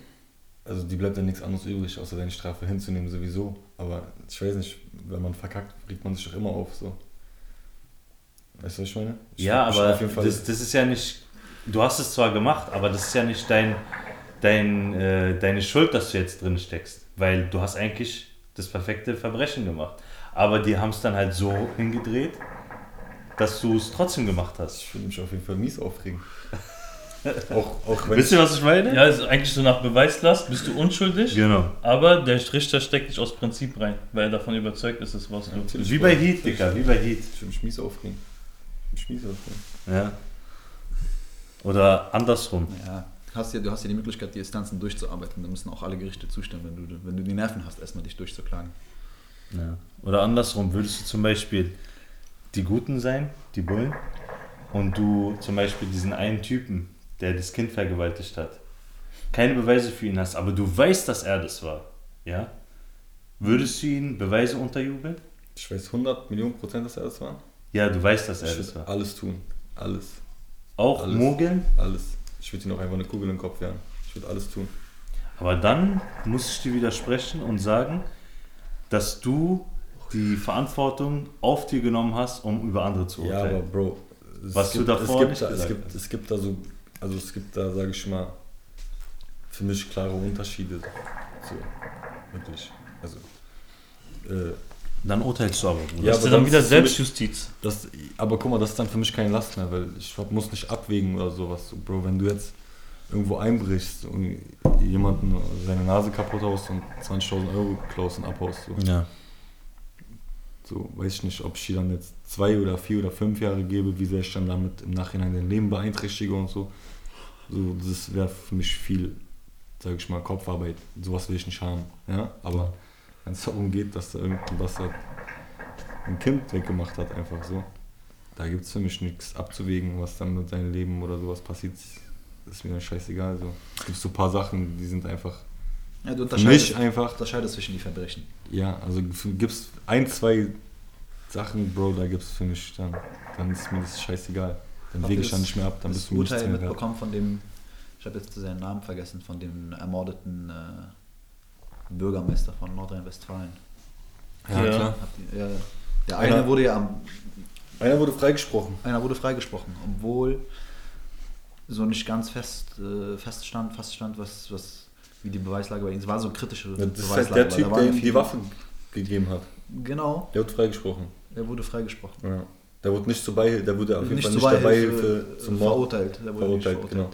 D: Also die bleibt ja nichts anderes übrig, außer deine Strafe hinzunehmen sowieso. Aber ich weiß nicht, wenn man verkackt, regt man sich doch immer auf so. Weißt du, was ich meine? Ich
A: ja,
D: ich
A: aber
D: auf jeden Fall,
A: das, das ist ja nicht. Du hast es zwar gemacht, aber das ist ja nicht dein, dein, äh, deine Schuld, dass du jetzt drin steckst, weil du hast eigentlich das perfekte Verbrechen gemacht. Aber die haben es dann halt so hingedreht, dass du es trotzdem gemacht hast.
D: Ich würde mich auf jeden Fall mies aufregen. auch, auch wenn
A: Wisst ihr, was ich meine?
C: Ja, ist eigentlich so nach Beweislast bist du unschuldig,
A: Genau.
C: aber der Richter steckt dich aus Prinzip rein, weil er davon überzeugt ist, es warst du.
D: Natürlich.
A: Wie bei Heat, Digga, wie bei Heat.
D: Ich würde mich mies aufregen. Ich würde mich mies aufregen.
A: Ja. Oder andersrum.
B: Ja, hast ja, du hast ja die Möglichkeit, die Instanzen durchzuarbeiten. Da müssen auch alle Gerichte zustimmen, wenn du, wenn du die Nerven hast, erstmal dich durchzuklagen.
A: Ja. Oder andersrum, würdest du zum Beispiel die Guten sein, die Bullen, und du zum Beispiel diesen einen Typen, der das Kind vergewaltigt hat, keine Beweise für ihn hast, aber du weißt, dass er das war, ja? Würdest du ihn Beweise unterjubeln?
D: Ich weiß 100 Millionen Prozent, dass er das war.
A: Ja, du weißt, dass er
D: Ich
A: das
D: würde
A: war.
D: alles tun. Alles.
A: Auch
D: alles.
A: mogeln,
D: Alles. Ich würde ihm auch einfach eine Kugel in den Kopf jagen. Ich würde alles tun.
A: aber dann muss ich dir widersprechen und sagen, dass du die Verantwortung auf dir genommen hast, um über andere zu
D: Ja,
A: urteilen.
D: aber Bro, es
A: Was du
D: gibt,
A: davor
D: es gibt,
A: nicht
D: es
A: gesagt
D: gibt,
A: hast.
D: es gibt da so, also es gibt da, sage ich mal, für mich klare Unterschiede. So, wirklich. Also, äh,
A: Dann urteilst du aber, Bruder.
D: Ja,
C: das ist
D: aber
C: ja dann
D: sonst
C: wieder
D: ist es für mich-
C: Selbstjustiz.
D: das, aber guck mal, das ist dann für mich keine Last mehr, weil ich hab- muss nicht abwägen oder sowas. So, Bro, wenn du jetzt irgendwo einbrichst und jemanden seine Nase kaputt haust und 20.000 Euro klaust und abhaust, so,
A: Ja.
D: so, weiß ich nicht, ob ich die dann jetzt zwei oder vier oder fünf Jahre gebe, wie sehr ich dann damit im Nachhinein dein Leben beeinträchtige und so. So, das wäre für mich viel, sage ich mal, Kopfarbeit. Sowas will ich nicht haben. Ja? Aber wenn es darum geht, dass da irgendein Bastard ein Kind weggemacht hat, einfach so, da gibt es für mich nichts abzuwägen, was dann mit deinem Leben oder sowas passiert. Ist mir dann scheißegal. So. Es gibt so ein paar Sachen, die sind einfach.
B: Ja, du
D: Für mich
B: unterscheidest,
D: einfach
B: unterscheidest zwischen die Verbrechen.
D: ja, also gibt's ein, zwei Sachen, Bro, da gibt's für mich dann. Dann ist mir das scheißegal. Dann
B: Habt
D: wege
B: ihr
D: ich dann
B: das-
D: nicht mehr ab, dann
B: das
D: bist du mir nichts
B: Urteil
D: mehr wert.
B: mitbekommen von dem, ich habe jetzt seinen Namen vergessen, von dem ermordeten äh, Bürgermeister von Nordrhein-Westfalen.
D: Ja,
C: Ja.
D: klar.
B: Habt ihr- Ja, der
D: Einer-
B: eine wurde ja am,
D: Einer wurde freigesprochen.
B: einer wurde freigesprochen, obwohl so nicht ganz fest, äh, feststand, feststand, was, was, wie die Beweislage bei ihm Es war so kritische
D: Das ist halt
B: Beweislage.
D: der
B: weil
D: Typ,
B: da waren
D: der
B: ja
D: ihm die
B: viele-
D: Waffe gegeben hat.
B: Genau,
D: Der wurde freigesprochen.
B: er wurde freigesprochen.
D: Ja. Der wurde nicht zur Beihilfe, der wurde auf jeden Fall
B: zur
D: nicht zur
B: Beihilfe,
D: Beihilfe zum
B: äh,
D: Mord
B: verurteilt. Er wurde nicht
D: verurteilt. Genau.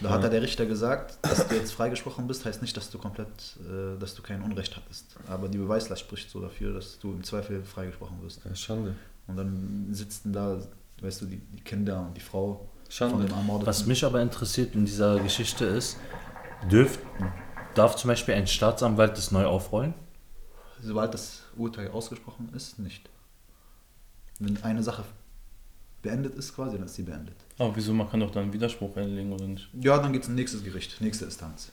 B: Da hat er der Richter gesagt, dass du jetzt freigesprochen bist, heißt nicht, dass du komplett, äh, dass du kein Unrecht hattest. Aber die Beweislast spricht so dafür, dass du im Zweifel freigesprochen wirst.
D: Ja, Schande.
B: Und dann sitzen da, weißt du, die, die Kinder und die Frau von
D: Schande.
B: dem Ermordeten.
A: Was mich aber interessiert in dieser Geschichte ist, dürft, darf zum Beispiel ein Staatsanwalt das neu aufrollen?
B: Sobald das Urteil ausgesprochen ist, nicht. Wenn eine Sache beendet ist quasi, dann ist sie beendet.
C: Aber wieso, man kann doch dann Widerspruch einlegen oder nicht?
B: Ja, dann geht es ein nächstes Gericht, nächste Instanz.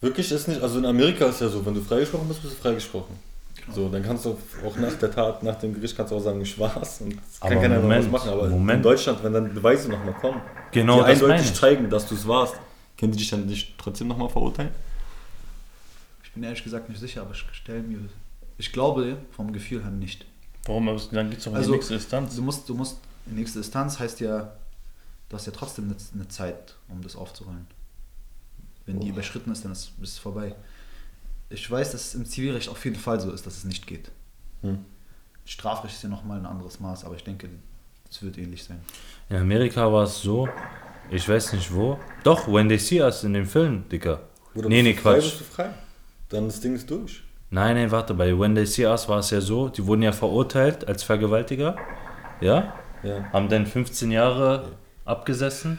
D: Wirklich ist nicht, also in Amerika ist ja so, wenn du freigesprochen bist, bist du freigesprochen.
A: Genau.
D: So, dann kannst du auch nach der Tat, nach dem Gericht kannst du auch sagen, ich war's und es kann
A: Aber
D: keiner mehr was
A: Moment,
D: machen. Aber in
A: Moment.
D: Deutschland, wenn dann Beweise nochmal kommen,
A: Genau,
D: die
A: das meine
D: eindeutig
A: ich.
D: zeigen, dass du es warst, können die dich dann nicht trotzdem nochmal verurteilen?
B: Ich bin ehrlich gesagt nicht sicher, aber ich stelle mir, ich glaube vom Gefühl her nicht.
C: Warum? Aber es- Dann geht es doch um
B: Also,
C: die nächste Instanz.
B: Du musst, du musst, die nächste Instanz heißt ja, du hast ja trotzdem eine, eine Zeit, um das aufzurollen. Wenn
C: Oh.
B: die überschritten ist, dann ist es vorbei. Ich weiß, dass es im Zivilrecht auf jeden Fall so ist, dass es nicht geht.
D: Hm.
B: Strafrecht ist ja nochmal ein anderes Maß, aber ich denke, es wird ähnlich sein.
A: In Amerika war es so, ich weiß nicht wo. Doch, When They See Us in dem Film, Dicker.
D: Oder
A: nee,
D: bist
A: nee,
D: du frei,
A: Quatsch.
D: Bist du frei. Dann das Ding ist durch.
A: Nein, nein, warte, bei When They See Us war es ja so, die wurden ja verurteilt als Vergewaltiger. Ja?
D: Ja.
A: Haben dann 15 Jahre abgesessen.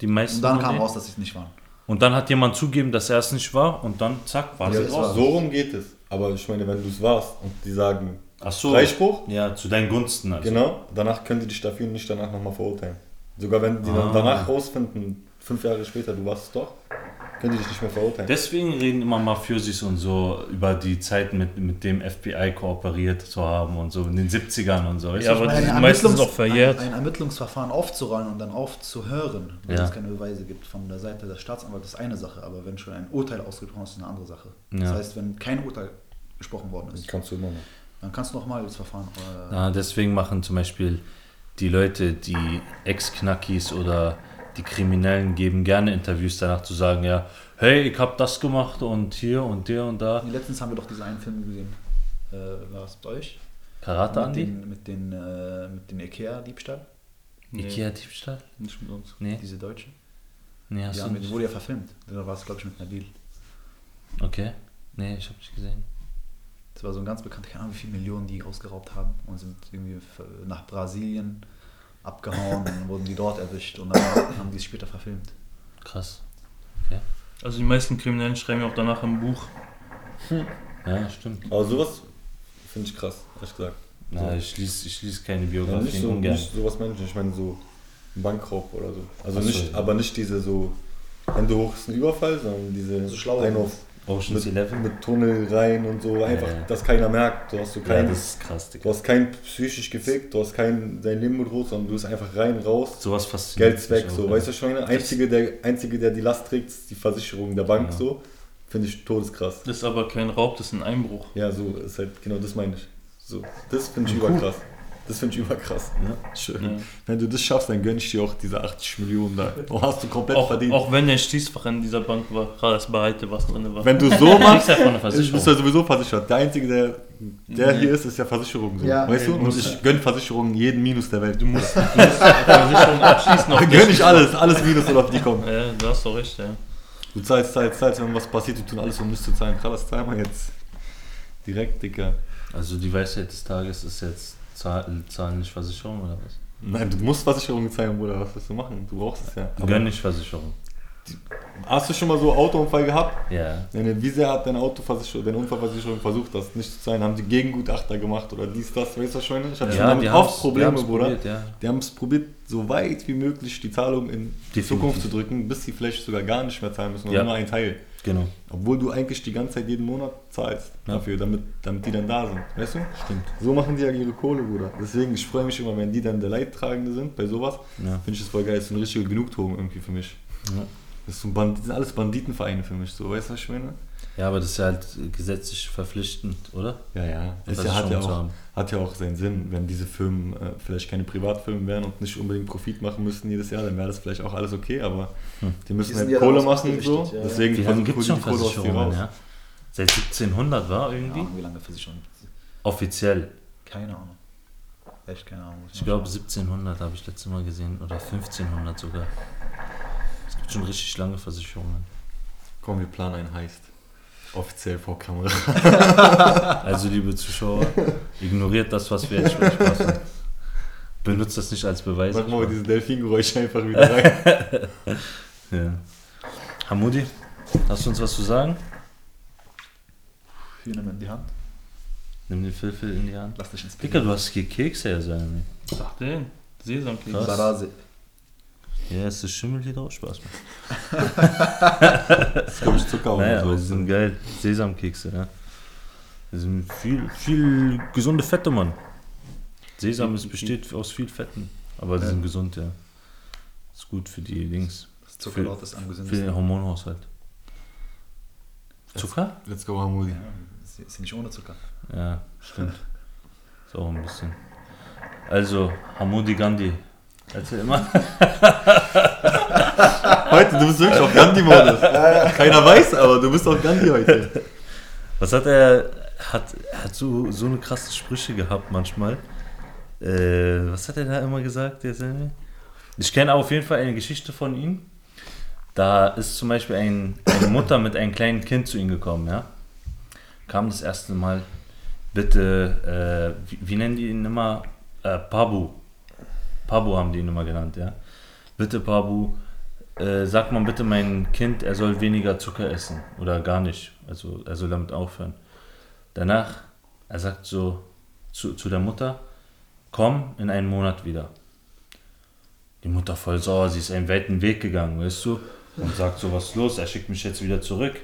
A: Die meisten.
B: Und dann
A: von
B: kam
A: denen.
B: raus, dass ich es nicht war.
A: Und dann hat jemand zugeben, dass er es nicht war und dann zack, war
B: Ja,
A: sie
B: das
A: raus.
B: war-
D: So rum geht es. Aber ich meine, wenn du es warst und die sagen,
A: Ach so.
D: Freispruch?
A: Ja, zu deinen Gunsten also.
D: genau, danach können die dich dafür nicht danach nochmal verurteilen. Sogar wenn die
A: Ah.
D: dann danach rausfinden, fünf Jahre später, du warst es doch, können die dich nicht mehr verurteilen.
A: Deswegen reden immer Mafiosis und so über die Zeit, mit, mit dem FBI kooperiert zu haben und so in den 70ern und so. weißt
C: Ja,
A: du?
C: aber die
B: Ein
C: sind meistens
B: Ermittlungs-
C: auch verjährt.
B: Ein, ein Ermittlungsverfahren aufzurollen und dann aufzuhören, wenn
A: Ja.
B: es keine Beweise gibt von der Seite des Staatsanwalts, ist eine Sache. Aber wenn schon ein Urteil ausgesprochen ist, ist eine andere Sache. Das
A: Ja.
B: heißt, wenn kein Urteil gesprochen worden
D: Das
B: ist,
D: kannst du immer noch.
B: dann kannst du nochmal das Verfahren. Äh,
A: ja, deswegen machen zum Beispiel die Leute, die Ex-Knackis oder die Kriminellen geben gerne Interviews danach zu sagen, ja, hey, ich habe das gemacht und hier und der und da.
B: Letztens haben wir doch diesen einen Film gesehen. Äh, war es bei euch?
A: Karate
B: mit
A: Andi?
B: den, mit den, äh, mit den Ikea-Diebstahl,
C: Nee,
A: Ikea-Diebstahl?
C: Nicht mit uns.
A: Nee.
B: diese Deutsche.
A: Nee, hast
B: Ja,
A: du
B: mit,
A: nicht?
B: wurde ja verfilmt. Da war es, glaube ich, mit Nabil.
A: Okay. Nee, ich habe nicht gesehen.
B: Das war so ein ganz bekannt, keine Ahnung, wie viele Millionen die ausgeraubt haben und sind irgendwie f- nach Brasilien abgehauen und dann wurden die dort erwischt und dann haben die es später verfilmt.
A: Krass.
C: Also die meisten Kriminellen schreiben ja auch danach im Buch.
A: Ja, stimmt.
D: Aber sowas finde ich krass, ehrlich gesagt.
A: Na, ich lese ich lies keine
D: Ja,
A: Biografien
D: nicht, so,
A: ungern.
D: nicht sowas meine ich, nicht. ich meine so ein Bankraub oder so. Also
A: Ach so,
D: nicht,
A: ja.
D: aber nicht diese so Hände hoch ist ein Überfall, sondern diese
B: So schlaue
D: ein auf
A: Ocean's
D: mit,
A: Eleven?
D: mit Tunnel rein und so, einfach,
A: ja.
D: dass keiner merkt, du hast so
A: Ja,
D: kein,
A: das ist krass,
D: du
A: Digga.
D: hast kein psychisch gefickt, du hast kein dein Leben bedroht, sondern du bist einfach rein, raus,
A: Sowas fasziniert
D: Geld weg,
A: mich auch,
D: so,
A: ja.
D: weißt du schon, der einzige der, einzige, der die Last trägt, ist die Versicherung der Bank,
A: Ja.
D: so, finde ich todeskrass.
C: Das ist aber kein Raub, das ist ein Einbruch.
D: Ja, so ist halt, genau das meine ich. So, das finde ich überkrass. Das finde ich überkrass.
A: Ja.
D: Schön.
C: Ja.
D: Wenn du das schaffst, dann gönn ich dir auch diese 80 Millionen da. Oh, hast du komplett
C: Auch,
D: verdient.
C: auch wenn der Schließfach in dieser Bank war, das behalte, was drin war.
D: Wenn du so
A: Du kriegst
D: machst,
A: ja von der
D: bist
A: Versicherung.
D: du ja sowieso versichert. Der Einzige, der, der hier ist, ist ja Versicherung. So.
B: Ja.
D: weißt du? Und
C: musst-
D: ich gönn Versicherungen jeden Minus der Welt. Du musst.
C: Du musst die Versicherung abschließen. auf
D: gönn
C: das-
D: ich alles, alles Minus soll auf die kommen.
C: Ja, du hast doch recht, ja.
D: Du zahlst, zahlst, zahlst, wenn was passiert, die tun alles, um nicht zu zahlen. Krass, zahl mal jetzt. Direkt, Dicker.
A: Also die Weisheit des Tages ist jetzt, zahlen, zahlen nicht Versicherung oder was?
D: Nein, du musst Versicherungen zahlen, Bruder. Was willst du machen? Du brauchst es ja.
A: Gönn nicht Versicherung.
D: Hast du schon mal so einen Autounfall gehabt?
A: Ja.
D: Deine, wie sehr hat deine Autoversicherung, deine Unfallversicherung versucht, das nicht zu zahlen? Haben die Gegengutachter gemacht oder dies, das, weißt du was ich meine? Ich hatte schon damit
A: haben's-
D: oft Probleme,
A: haben's
D: Bruder.
A: probiert, ja.
D: Die haben es probiert, so weit wie möglich die Zahlung in die
A: Definitiv.
D: Zukunft zu drücken, bis sie vielleicht sogar gar nicht mehr zahlen müssen oder
A: Ja.
D: nur einen Teil.
A: Genau.
D: Obwohl du eigentlich die ganze Zeit jeden Monat zahlst
A: Ja.
D: dafür, damit, damit die dann da sind. Weißt du?
A: Stimmt.
D: So machen die ja ihre Kohle, Bruder. Deswegen, ich freue mich immer, wenn die dann der Leidtragende sind bei sowas.
A: Ja.
D: Finde ich das voll geil. Das ist so eine richtige Genugtuung irgendwie für mich.
A: Ja.
D: Das, ist so ein Band, das sind alles Banditenvereine für mich, so, weißt du, was ich meine?
A: ja, aber das ist ja halt gesetzlich verpflichtend, oder?
D: Ja, ja. Es
A: Versicherung
D: hat ja,
A: zu
D: auch,
A: haben.
D: hat ja auch seinen Sinn, wenn diese Firmen äh, vielleicht keine Privatfirmen wären und nicht unbedingt Profit machen müssten jedes Jahr, dann wäre das vielleicht auch alles okay, aber
A: Hm.
D: die müssen
B: Die sind
D: halt
B: ja
D: Kohle
B: darauf
D: machen und so.
B: ausgerichtet, ja, ja.
D: deswegen
A: Wie lange
D: versuchen
A: gibt
D: die
A: es schon
D: die Kohle aus dir
A: Versicherungen,
D: raus.
A: ja? Seit 1700 war
B: Keine
A: irgendwie?
B: Ahnung, wie lange Versicherung.
A: Offiziell.
B: Keine Ahnung. Echt keine Ahnung. muss
A: Ich glaube 1700 habe ich letztes Mal gesehen oder 1500 sogar. Es gibt schon richtig lange Versicherungen.
D: Komm, wir planen einen Heist. Offiziell vor Kamera.
A: Also liebe Zuschauer, ignoriert das, was wir jetzt sprechen. lassen. Benutzt das nicht als Beweis.
D: Machen wir mal diese Delfingeräusche einfach wieder rein.
A: Ja. Hamudi, hast du uns was zu sagen?
B: Hier nimm in die Hand.
A: Nimm den Filfil in die Hand.
B: Lass dich ins
A: Dicker, du hast hier Kekse ja sein.
C: Ach, den. Sesamkeks.
A: Krass.
B: Sarase.
A: Ja, ist das Schimmel hier drauf? Spaß macht.
D: Das ist, glaube ich, Zucker
A: Naja, aber
D: oder
A: sie
D: Oh, so.
A: sind geil. Sesamkekse, ne? Das sind viel, viel gesunde Fette, Mann. Sesam ist besteht aus viel Fetten. Aber die
B: Ja.
A: sind gesund, ja. Ist gut für die Dings.
B: Das Zuckerlaut ist am
A: Für
B: gesündesten.
A: den Hormonhaushalt. Zucker?
D: Let's go, Hamudi.
B: Ja, ist- ist ja nicht ohne Zucker.
A: Ja, stimmt. Ist auch ein bisschen. Also, Hamudi Gandhi. Erzähl immer.
D: Heute, du bist wirklich auf Gandhi-Modus. Keiner weiß, aber du bist auf Gandhi heute.
A: Was hat er, hat, er hat so, so eine krasse Sprüche gehabt manchmal. Äh, was hat er da immer gesagt, der Sammy? Ich kenne auf jeden Fall eine Geschichte von ihm. Da ist zum Beispiel ein, eine Mutter mit einem kleinen Kind zu ihm gekommen, ja. Kam das erste Mal, bitte, äh, wie, wie nennen die ihn immer? Äh, Pabu. Pabu haben die ihn immer genannt, ja. Bitte, Pabu, äh, sagt man bitte meinem Kind, er soll weniger Zucker essen oder gar nicht. Also er soll damit aufhören. Danach, er sagt so zu, zu der Mutter, komm in einen Monat wieder. Die Mutter voll sauer, sie ist einen weiten Weg gegangen, weißt du? Und sagt so, was ist los, er schickt mich jetzt wieder zurück,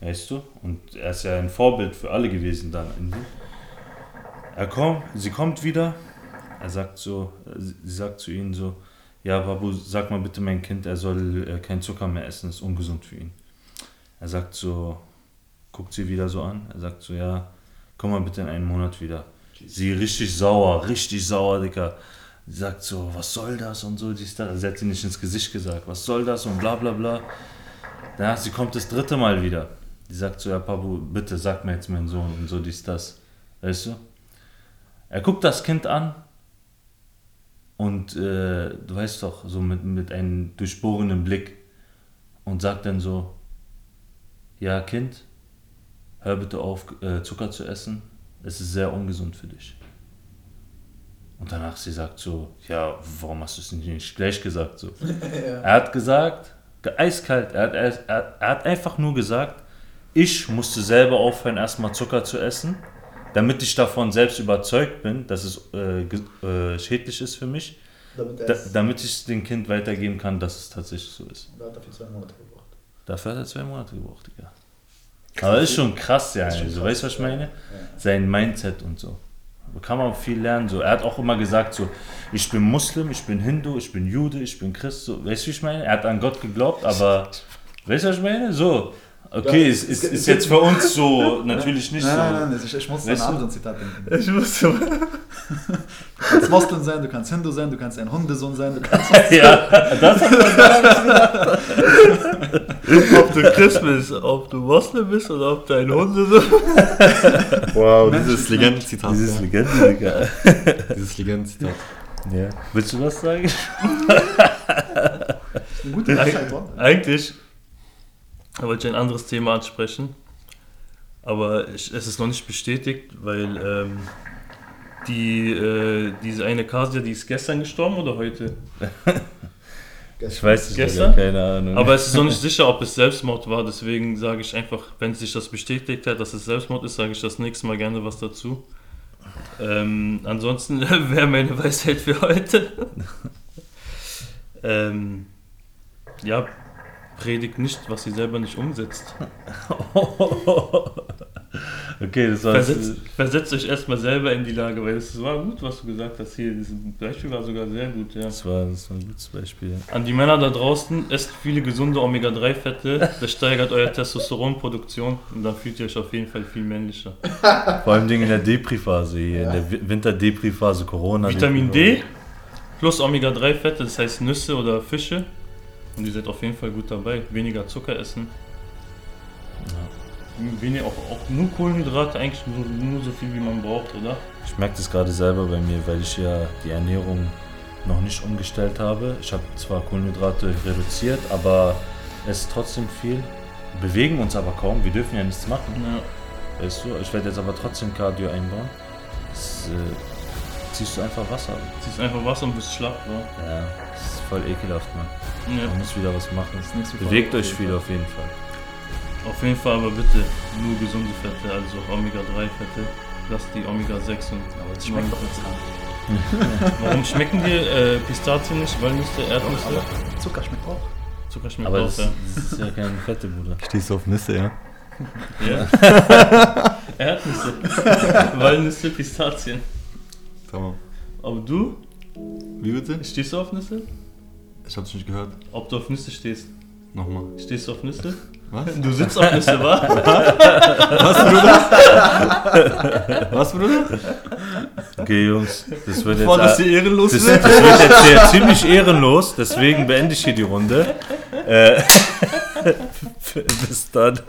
A: weißt du? Und er ist ja ein Vorbild für alle gewesen dann. Er kommt, sie kommt wieder, er sagt so, sie sie sagt zu ihnen so, ja, Babu, sag mal bitte mein Kind, er soll äh, keinen Zucker mehr essen, ist ungesund für ihn. Er sagt so, guckt sie wieder so an, er sagt so, ja, komm mal bitte in einen Monat wieder. Sie richtig sauer, richtig sauer, Dicker. Sie sagt so, was soll das und so, dies, das. Also sie hat sie nicht ins Gesicht gesagt, was soll das und bla bla bla. Danach, sie kommt das dritte Mal wieder. Die sagt so, ja Papu, bitte sag mir jetzt meinen Sohn und so, dies, das. Weißt du? Er guckt das Kind an und äh, du weißt doch, so mit, mit einem durchbohrenden Blick und sagt dann so, ja Kind, hör bitte auf, äh, Zucker zu essen, es ist sehr ungesund für dich. Und danach sie sagt so, ja, warum hast du es nicht- nicht gleich gesagt? So. Er hat gesagt, ge- eiskalt, er hat, er, er er hat einfach nur gesagt, ich musste selber aufhören, erstmal Zucker zu essen, damit ich davon selbst überzeugt bin, dass es äh, ge- äh, schädlich ist für mich,
B: Damit er
A: da,
B: es-
A: damit ich es dem Kind weitergeben kann, dass es tatsächlich so ist.
B: da hat er für zwei Monate gebraucht.
A: Dafür hat er zwei Monate gebraucht, Digga. Aber ist schon krass, ja.
B: schon
A: Also,
B: krass,
A: weißt du, was ich
B: ja.
A: meine? Sein Mindset und so. Da kann man viel lernen. So. Er hat auch immer gesagt, so, ich bin Muslim, ich bin Hindu, ich bin Jude, ich bin Christ. So. Weißt du, wie ich meine? Er hat an Gott geglaubt, aber weißt du, was ich meine? So. Okay,
B: Ja,
A: es ist,
B: es-
A: ist, jetzt für uns so natürlich nicht
B: Nein, nein,
A: so.
B: nein, ich, ich muss an
A: Weißt
B: ein
A: du?
B: anderes Zitat denken.
C: Ich wusste.
B: Du kannst Moslem sein, du kannst Hindu sein, du kannst ein Hundesohn sein, du kannst
A: Ja, das
C: ob du Christ bist, ob du Moslem bist oder ob du ein Hund bist.
D: Wow,
B: Menschlich,
D: dieses Legendenzitat.
A: dieses
D: ja.
A: Legende, Digga.
D: dieses Legendenzitat.
A: Ja. Willst du was sagen?
B: ein guter Zeit, oder?
C: Eigentlich wollte ich ein anderes Thema ansprechen, aber ich, es ist noch nicht bestätigt, weil ähm, die, äh, diese eine Kasia, die ist gestern gestorben oder heute?
A: Ich weiß nicht,
C: Gestern?
A: Digga, keine Ahnung.
C: Aber es ist noch nicht sicher, ob es Selbstmord war, deswegen sage ich einfach, wenn sich das bestätigt hat, dass es Selbstmord ist, sage ich das nächste Mal gerne was dazu. Ähm, ansonsten wäre meine Weisheit für heute. ähm, ja, predigt nicht, was sie selber nicht umsetzt.
A: okay, das war's.
C: Versetzt, versetzt euch erstmal selber in die Lage, weil es war gut, was du gesagt hast hier. Dieses Beispiel war sogar sehr gut, ja.
A: Das war, das war ein gutes Beispiel.
C: An die Männer da draußen, esst viele gesunde Omega-3-Fette, das steigert eure Testosteronproduktion und dann fühlt ihr euch auf jeden Fall viel männlicher.
A: Vor allem in der Depri-Phase hier, in der Wi- Winter-Depri-Phase, Corona.
C: Vitamin D plus Omega-3-Fette, das heißt Nüsse oder Fische und ihr seid auf jeden Fall gut dabei. Weniger Zucker essen. Weniger, auch, auch nur Kohlenhydrate, eigentlich nur, nur so viel wie man braucht, oder?
A: Ich merke das gerade selber bei mir, weil ich ja die Ernährung noch nicht umgestellt habe. Ich habe zwar Kohlenhydrate reduziert, aber es ist trotzdem viel. Bewegen uns aber kaum, wir dürfen ja nichts machen.
C: Ja.
A: Weißt du, ich werde jetzt aber trotzdem Cardio einbauen. Das, äh, ziehst du einfach Wasser. ab.
C: Ziehst einfach Wasser und bist schlapp, oder?
A: Ja, das ist voll ekelhaft, Mann.
C: Ja.
A: Man muss wieder was machen.
B: ist nichts für
A: Bewegt
B: Verrückte.
A: euch viel auf jeden Fall.
C: Auf jeden Fall aber bitte nur gesunde Fette, also Omega-3-Fette. Lasst die Omega-6 und
B: Aber es schmeckt doch jetzt
C: Warum schmecken dir äh, Pistazien nicht? Weil Nüsse, Erdnüsse,
B: an. Zucker schmeckt auch.
C: Zucker schmeckt
A: Aber
C: auch,
A: das,
C: ja.
A: das ist ja keine fette Bruder.
D: Stehst du auf Nüsse, ja?
C: ja. Erdnüsse, Walnüsse, Pistazien.
D: Tamam.
C: Aber du,
D: Wie bitte?
C: stehst du auf Nüsse?
D: Ich hab's nicht gehört.
C: Ob du auf Nüsse stehst?
D: Nochmal.
C: Stehst du auf Nüsse?
D: Was?
C: Du sitzt auf Nüsse, wa?
D: Was, Bruder?
A: Okay, Jungs, das wird jetzt. äh,
C: Boah, dass ihr ehrenlos
A: Das,
C: sind.
A: das wird jetzt hier ziemlich ehrenlos, deswegen beende ich hier die Runde. Äh, bis dann.